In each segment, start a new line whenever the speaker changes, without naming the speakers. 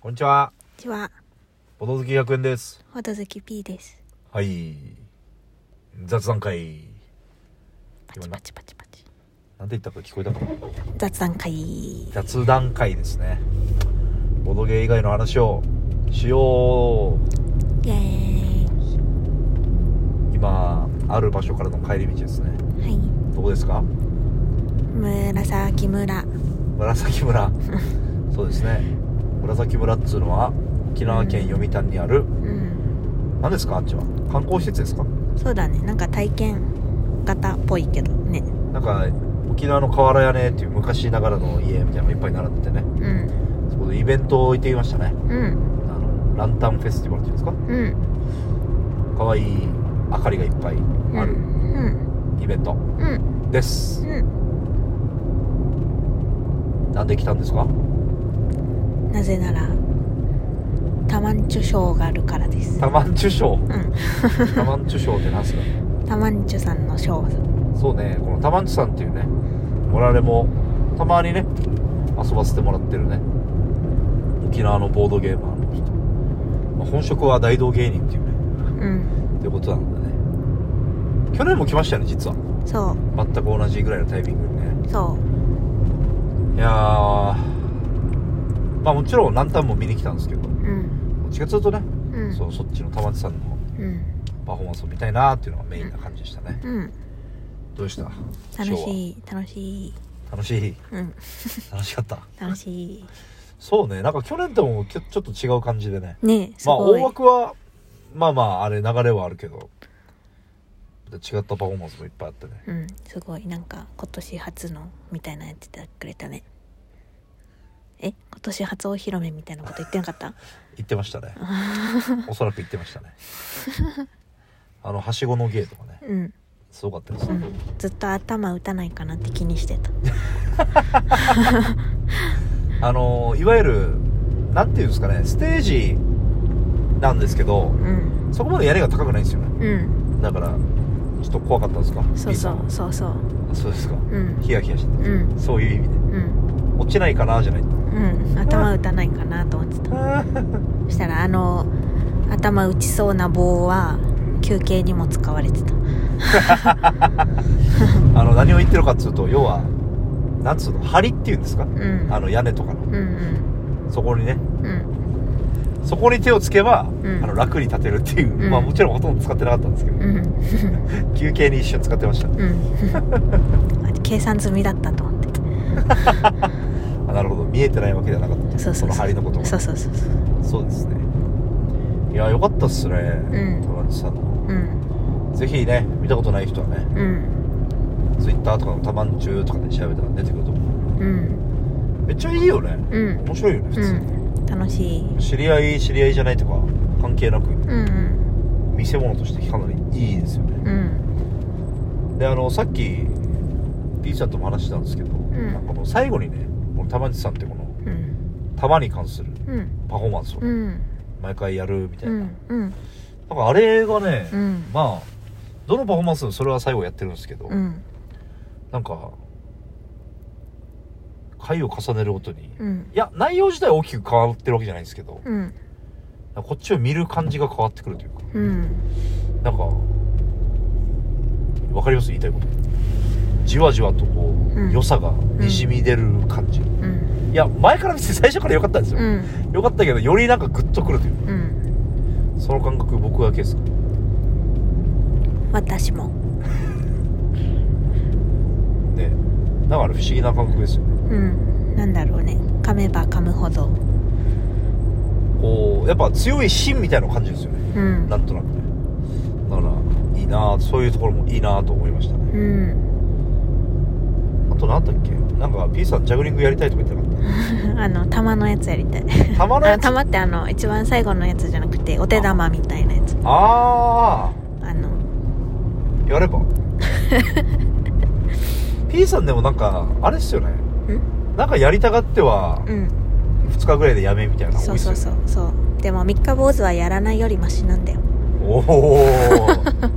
こんにちは。
こんにちは、
ボド好き100円です。
ほどずき P です。
はい。雑談会。
パチパチパチパチ。
なんて言ったか聞こえたかな
雑談会。
雑談会ですね。ボドゲー以外の話をしよう。
イエー
今、ある場所からの帰り道ですね。
イ。はい。
どこですか
紫村。
紫村。そうですね。紫村っつうのは、沖縄県読谷にある、
うん。
何ですかあっちは。観光施設ですか
そうだね。なんか体験型っぽいけどね。
なんか、沖縄の瓦屋根っていう昔ながらの家みたいなのがいっぱい並んでてね。
うん。
そこでイベントを置いていましたね。
うん。
あのランタンフェスティバルっていうんですか
うん。
可愛い明かりがいっぱいあ
う
る
ん。
イベント
うん。
です、
う
なんで来たんですか
ん。なぜなら、多満チュ賞があるからです。
多万中賞
うん。
多万中賞ってなんすか
多満チュさんの賞。
そうねこの多万中さんっていうね我々もたまにね遊ばせてもらってるね沖縄のボードゲーマーの人、まあ本職は大道芸人っていうね
うん。
っていうことなんでね去年も来ましたよね実は
そ
全く同じぐらいのタイミングでね
う。そ
いやーまあもちろんランタンも見に来たんですけどど
う。うん。
っちかというとね、
うん。
そうそっちの玉地さんの
うん。
パフォーマンスを見たいなーっていうのがメインな感じでしたね、
うん。
どうでした
楽
今日は
しい。楽しい。
楽しい
うん。
楽しかった
楽しい。そう
そうねなんか去年ともきょちょっと違う感じでね
ねえす
まあ
ごい、
大枠はまあまああれ流れはあるけどで違ったパフォーマンスもいっぱいあってね
うんすごいなんか今年初のみたいなやっててくれたねえ今年初お披露目みたいなこと言ってな かった
行ってました ねおそらく行ってましたねあのはしごの芸とかね
うん、
すごかったです
う
ね、
ん、ずっと頭打たないかなって気 にしてた
あのーいわゆるなんていうんですかねステージなんですけど
うん
そこまで屋根が高くないんですよね
うん
だからちょっと怖かったんですか
そうそ
B
うそうそう
さんあそうですか
うん
ヒヤヒヤして
うん
たそういう意味で
うん
落ちないかなじゃない
うん頭打たないかなと思ってたそしたらあの頭打ちそうな棒は休憩にも使われてた
あの何を言ってるかっつうと要はなんつうの梁っていうんですか
うん
あの屋根とかの
うんうん
そこにね
うん
そこに手をつけば、
ん
あの楽に立てるっていう、
うん
まあもちろんほとんど使ってなかったんですけど、
うん
休憩に一瞬使ってました
うん計算済みだったと思って
あなるほど見えてないわけではなかった
そうそうそう
の梁のことが
そうそうそうそ
そ
う
うですねいや良かったっすね、
うん
トランチさんの
うん
ぜひね見たことない人はね
うん
ツイッターとかの「たまんちゅう」とかで調べたら出てくると思
うん
うめっちゃいいよね
うん
面白いよね普
う
通に、
ん楽しい
知り合い知り合いじゃないとか関係なく
うん
見せ物としてかなりいいですよね
うんうん
であのさっき P ちゃんとも話したんですけど、
ん
なんかこの最後にねこの玉地さんってこの
うん
玉に関する
うん
パフォーマンスを
うんうん
毎回やるみたいな、なん
うん
かあれがね、
うん
まあどのパフォーマンスでもそれは最後やってるんですけど、
うん
なんか回を重ねるごとに、
う
い
ん
や内容自体は大きく変わってるわけじゃないんですけど、
うん
こっちを見る感じが変わってくるというか
うん
なんかわかります言いたいことじわじわとこう、
うん
良さがにじみ出る感じ、
うん
いや前から見て 最初から良かったんですよ、
うん
良かったけどよりなんかグッとくるという
うん
その感覚僕がケース
私も
でだから不思議な感覚ですよね
うんなんだろうね噛めば噛むほど
こうやっぱ強い芯みたいな感じですよね
うん
なんとなくねだからいいなぁそういうところもいいなぁと思いましたね
うん
あと何だっけなんか P さんジャグリングやりたいとか言ってなかっ
あの玉のやつやりたい
た玉のや
あ
つあ
玉ってあの一番最後のやつじゃなくてお手玉みたいなやつ
あ
あの
ーやれ ば P さんでもなんかあれっすよねなんかやりたがっては
うん
2日ぐらいでやめみたいなの多
そ
いっ
う
すよ
そ
ね
うそうそうでも三日坊主はやらないよりマシなんだよ
おお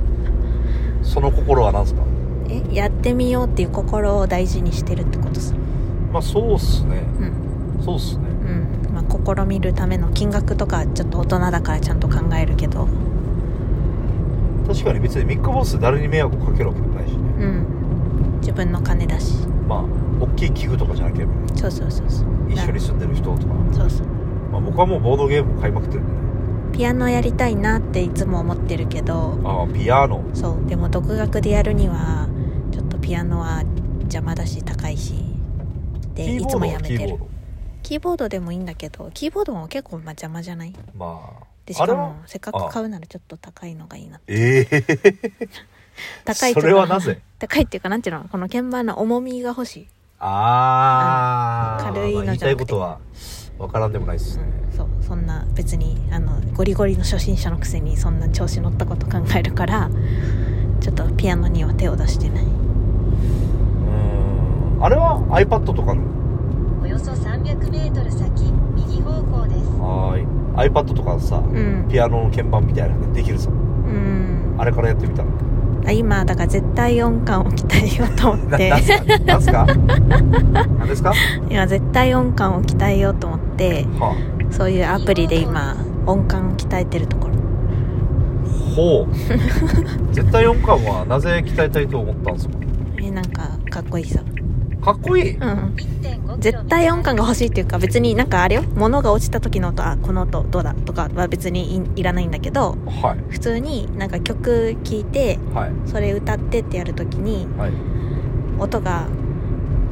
その心は何すか
えやってみようっていう心を大事にしてるってことさ
まあそうっすね
うん
そそうっすね
うんまあ試みるための金額とかはちょっと大人だからちゃんと考えるけど
確かに別にミックボス誰に迷惑をかけるわけでもないしね
うん自分の金だし
まあ大きい器具とかじゃなければね
そうそうそうそう
一緒に住んでる人とか、
そうそう
まあ、僕はもうボードゲーム買いまくってるんでね
ピアノやりたいなっていつも思ってるけど
ああピアノ
そうでも独学でやるにはちょっとピアノは邪魔だし高いしでいつもやめて
キーボ
る
ード
キーボードでもいいんだけどキーボードも結構まあ邪魔じゃない
まあ
でし
あ
か
れ
も
は
せっかく買うならちょっと高いのがいいな
ええ
高いって
そ
いうか
れはなぜ
高いっていうかなんていうのこの鍵盤の重みが欲しい
ああ
うん軽いのじゃなくて
言いたいことはわからんでもないですね
そうそんな別にあのゴリゴリの初心者のくせにそんな調子乗ったこと考えるからちょっとピアノには手を出してない
うんあれは iPad とかの
およそ300メートル先、右方向です。
はーい iPad とかさ、
うん
ピアノの鍵盤みたいなのができるさ
うん
あれからやってみたら
あ今だから絶対音感を鍛えようと思っ
な
て
なんすかなんすかなんですか
今絶対音感を鍛えようと思って
は
そういうアプリで今音感を鍛えてるところ
あほう 絶対音感はなぜ鍛えたいと思ったんですか
えなんかかっこいいさ
かっこいい
うん
1.5
絶対音感が欲しいっていうか別になんかあれよ物が落ちた時の音あこの音どうだとかは別にいいらないんだけど
は
普通になんか曲聴いて
いはい
それ歌ってってやる時に
はい
音が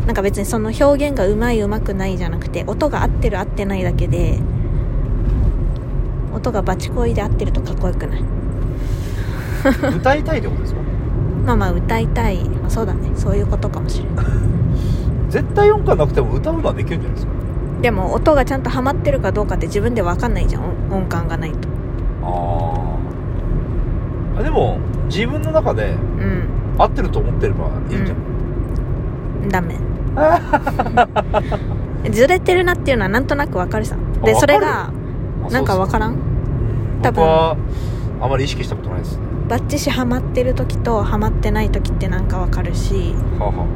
なんか別にその表現がうまいうまくないじゃなくて音が合ってる合ってないだけで音がバチコイで合ってるとかっこよくない
歌いたいってことですか
まあまあ歌いたい、まあ、そうだねそういうことかもしれない
絶対音感なくても歌うのはできるんじゃないですか
でも音がちゃんとハマってるかどうかって自分で分かんないじゃん音音感がないと
ああでも自分の中で
うん
合ってると思ってればいいんじゃん、
ダメずれてるなっていうのはなんとなく分かるさ
あ
で
わ
そ
かる
れが
あ
なんか
そうっ
分
す
からん多分
僕はあまり意識したことないですね
バッチシハマってる時とハマってない時ってなんか分かるし
はあは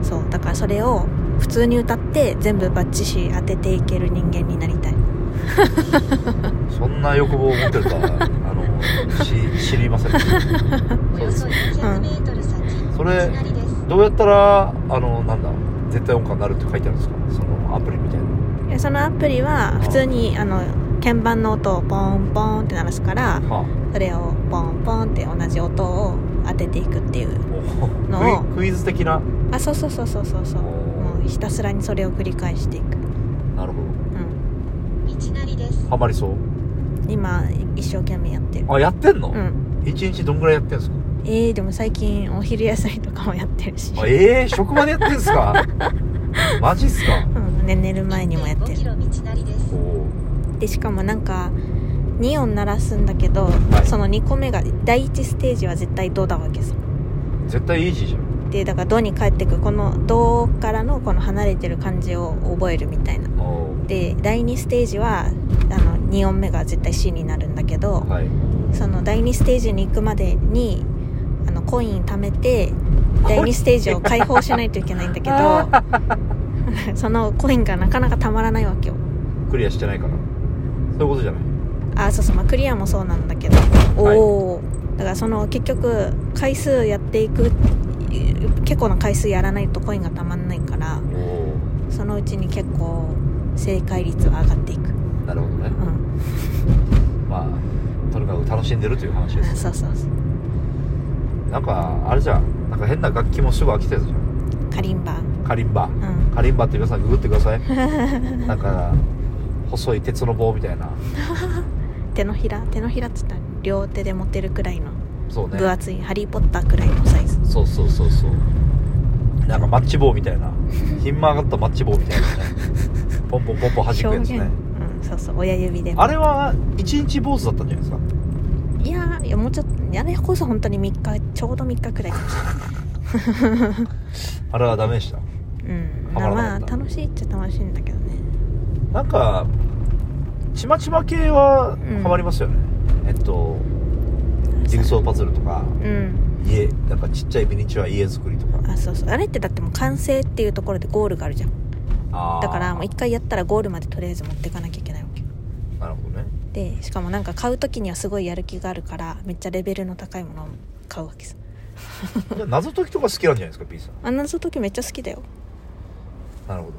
そうだからそれを普通に歌って全部バッチシ当てていける人間になりたい
あそんな欲望を持ってる とはあのし知りませんでした
およそ400メートル先、
それ
左です。
どうやったらあのなんだ絶対音感になるって書いてあるんですかそのアプリみたいな
でそのアプリは普通にあの鍵盤の音をポンポンって鳴らすから
はあ
それをポンポンって同じ音を当てていくっていう
おクイクイズ的な
あそうそうそうそうそうそうもうひたすらにそれを繰り返していく、
なるほど
うん、
道なりです。
ハマりそう
今一生懸命やってる
あやってんの、
うん
一日どんぐらいやってんすか
えー、でも最近お昼野菜とかもやってるし、
あええー、職場でやってんすか マジっすか
うんね、寝る前にもやって
1.5キ
る
ロ道なりです。
お
でしかもなんか2音鳴らすんだけど、
い
その2個目が第1ステージは絶対「ド」だわけさ
絶対イージーじゃん
でだから「ド」に帰ってくこの「ド」からのこの離れてる感じを覚えるみたいな
お
で第2ステージはあの2音目が絶対「C」になるんだけど
はい
その第2ステージに行くまでにあのコイン貯めて第2ステージを解放しないといけないんだけどそのコインがなかなかたまらないわけよ
クリアしてないからそういうことじゃない
あそうそう、まあ、クリアもそうなんだけどおお、だからその結局回数やっていく結構な回数やらないとコインがたまんないから
おお
そのうちに結構正解率は上がっていく
なるほどね
うん
まあとにかく楽しんでるという話です
そうそうそう
なんかあれじゃんなんか変な楽器もすぐ飽きてるじゃん
カリンバ
カリンバ
うん
カリンバって皆さんググってくだ さいなんか細い鉄の棒みたいな
手のひら手のひらっつったら両手で持てるくらいの
そうね
分厚い、ハリー・ポッターくらいのサイズ
そうそうそうそうなんかマッチ棒みたい なひん曲がったマッチ棒みたいなねポンポンポンポン弾くやつ
う
ね
んそうそう親指で
あれは一日坊主だったんじゃないですか
いやーいやもうちょっとあれこそ本当に3日ちょうど3日くらいかもし
あれはダメでした
れないうん
ハマらな
ま
か
あ
った
楽しいっちゃ楽しいんだけどね
なんかちまちま系は
うん
ハマりますよね、えっとジグソーパズルとか
うん
家なんかちっちゃいミニチュア家作りとか
あそうそうあれってだってもう完成っていうところでゴールがあるじゃん
あー
だからもう一回やったらゴールまでとりあえず持っていかなきゃいけないわけ
なるほどね
でしかもなんか買う時にはすごいやる気があるからめっちゃレベルの高いものを買うわけさ
じゃあ謎解きとか好きなんじゃないですか P さん
あ謎解きめっちゃ好きだよ
なるほど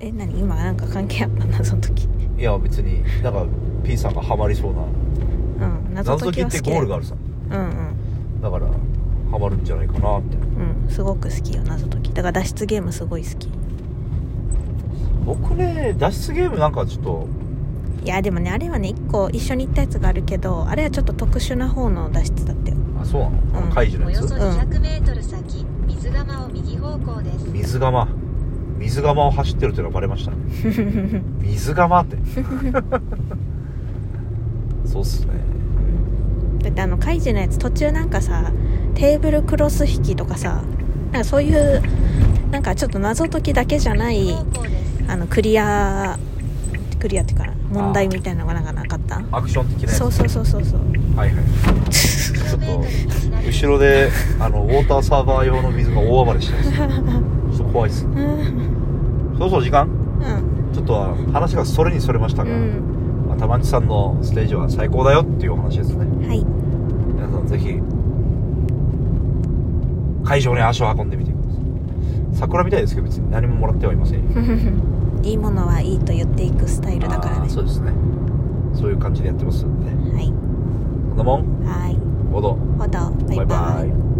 え何今なんか関係あった謎解き
いや別になんか P さんがハマりそうな
うん謎
謎
解
解きっ
きは好
て
き
ゴールがあ
る
るさ
うん
だからハマるんじゃないかなって
うんうんすごく好きよ謎解きだから脱出ゲームすごい好きい
僕ね脱出ゲームなんかちょっと
やでもねあれはね一個一緒に行ったやつがあるけどあれはちょっと特殊な方の脱出だったよ
あそうなの、
うん
怪獣
お
のや
よ
つ
そ200メートル先、水釜を右方向です。
水釜水釜を走ってるっていうのがバレましたね水釜 ってそうっすね
だってあのカイジのやつ途中なんかさテーブルクロス引きとかさなんかそういうなんかちょっと謎解きだけじゃない
右方向です。
あのクリアクリアっていうかな問題みたいなのがなんかなかった
アクション的なやつ
そうそうそうそうそう
はいはいちょっ
100メートル
と
先左
後ろであのウォーターサーバー用の水が大暴れしてますちょっと怖いっすそ
うん
ろそろ時間
うん
ちょっとは話がそれにそれました
う
が、
ん
まあ、たまちさんのステージは最高だよっていうお話ですね
はい
皆さんぜひ会場に足を運んでみてください桜みたいですけど別に何ももらってはいませんよ
いいものはいいと言っていくスタイルだから
あー
ね
そうですねそういう感じでやってますんで
はい
そんなもん
はい
ほど
ほどバイバイ
バイバイ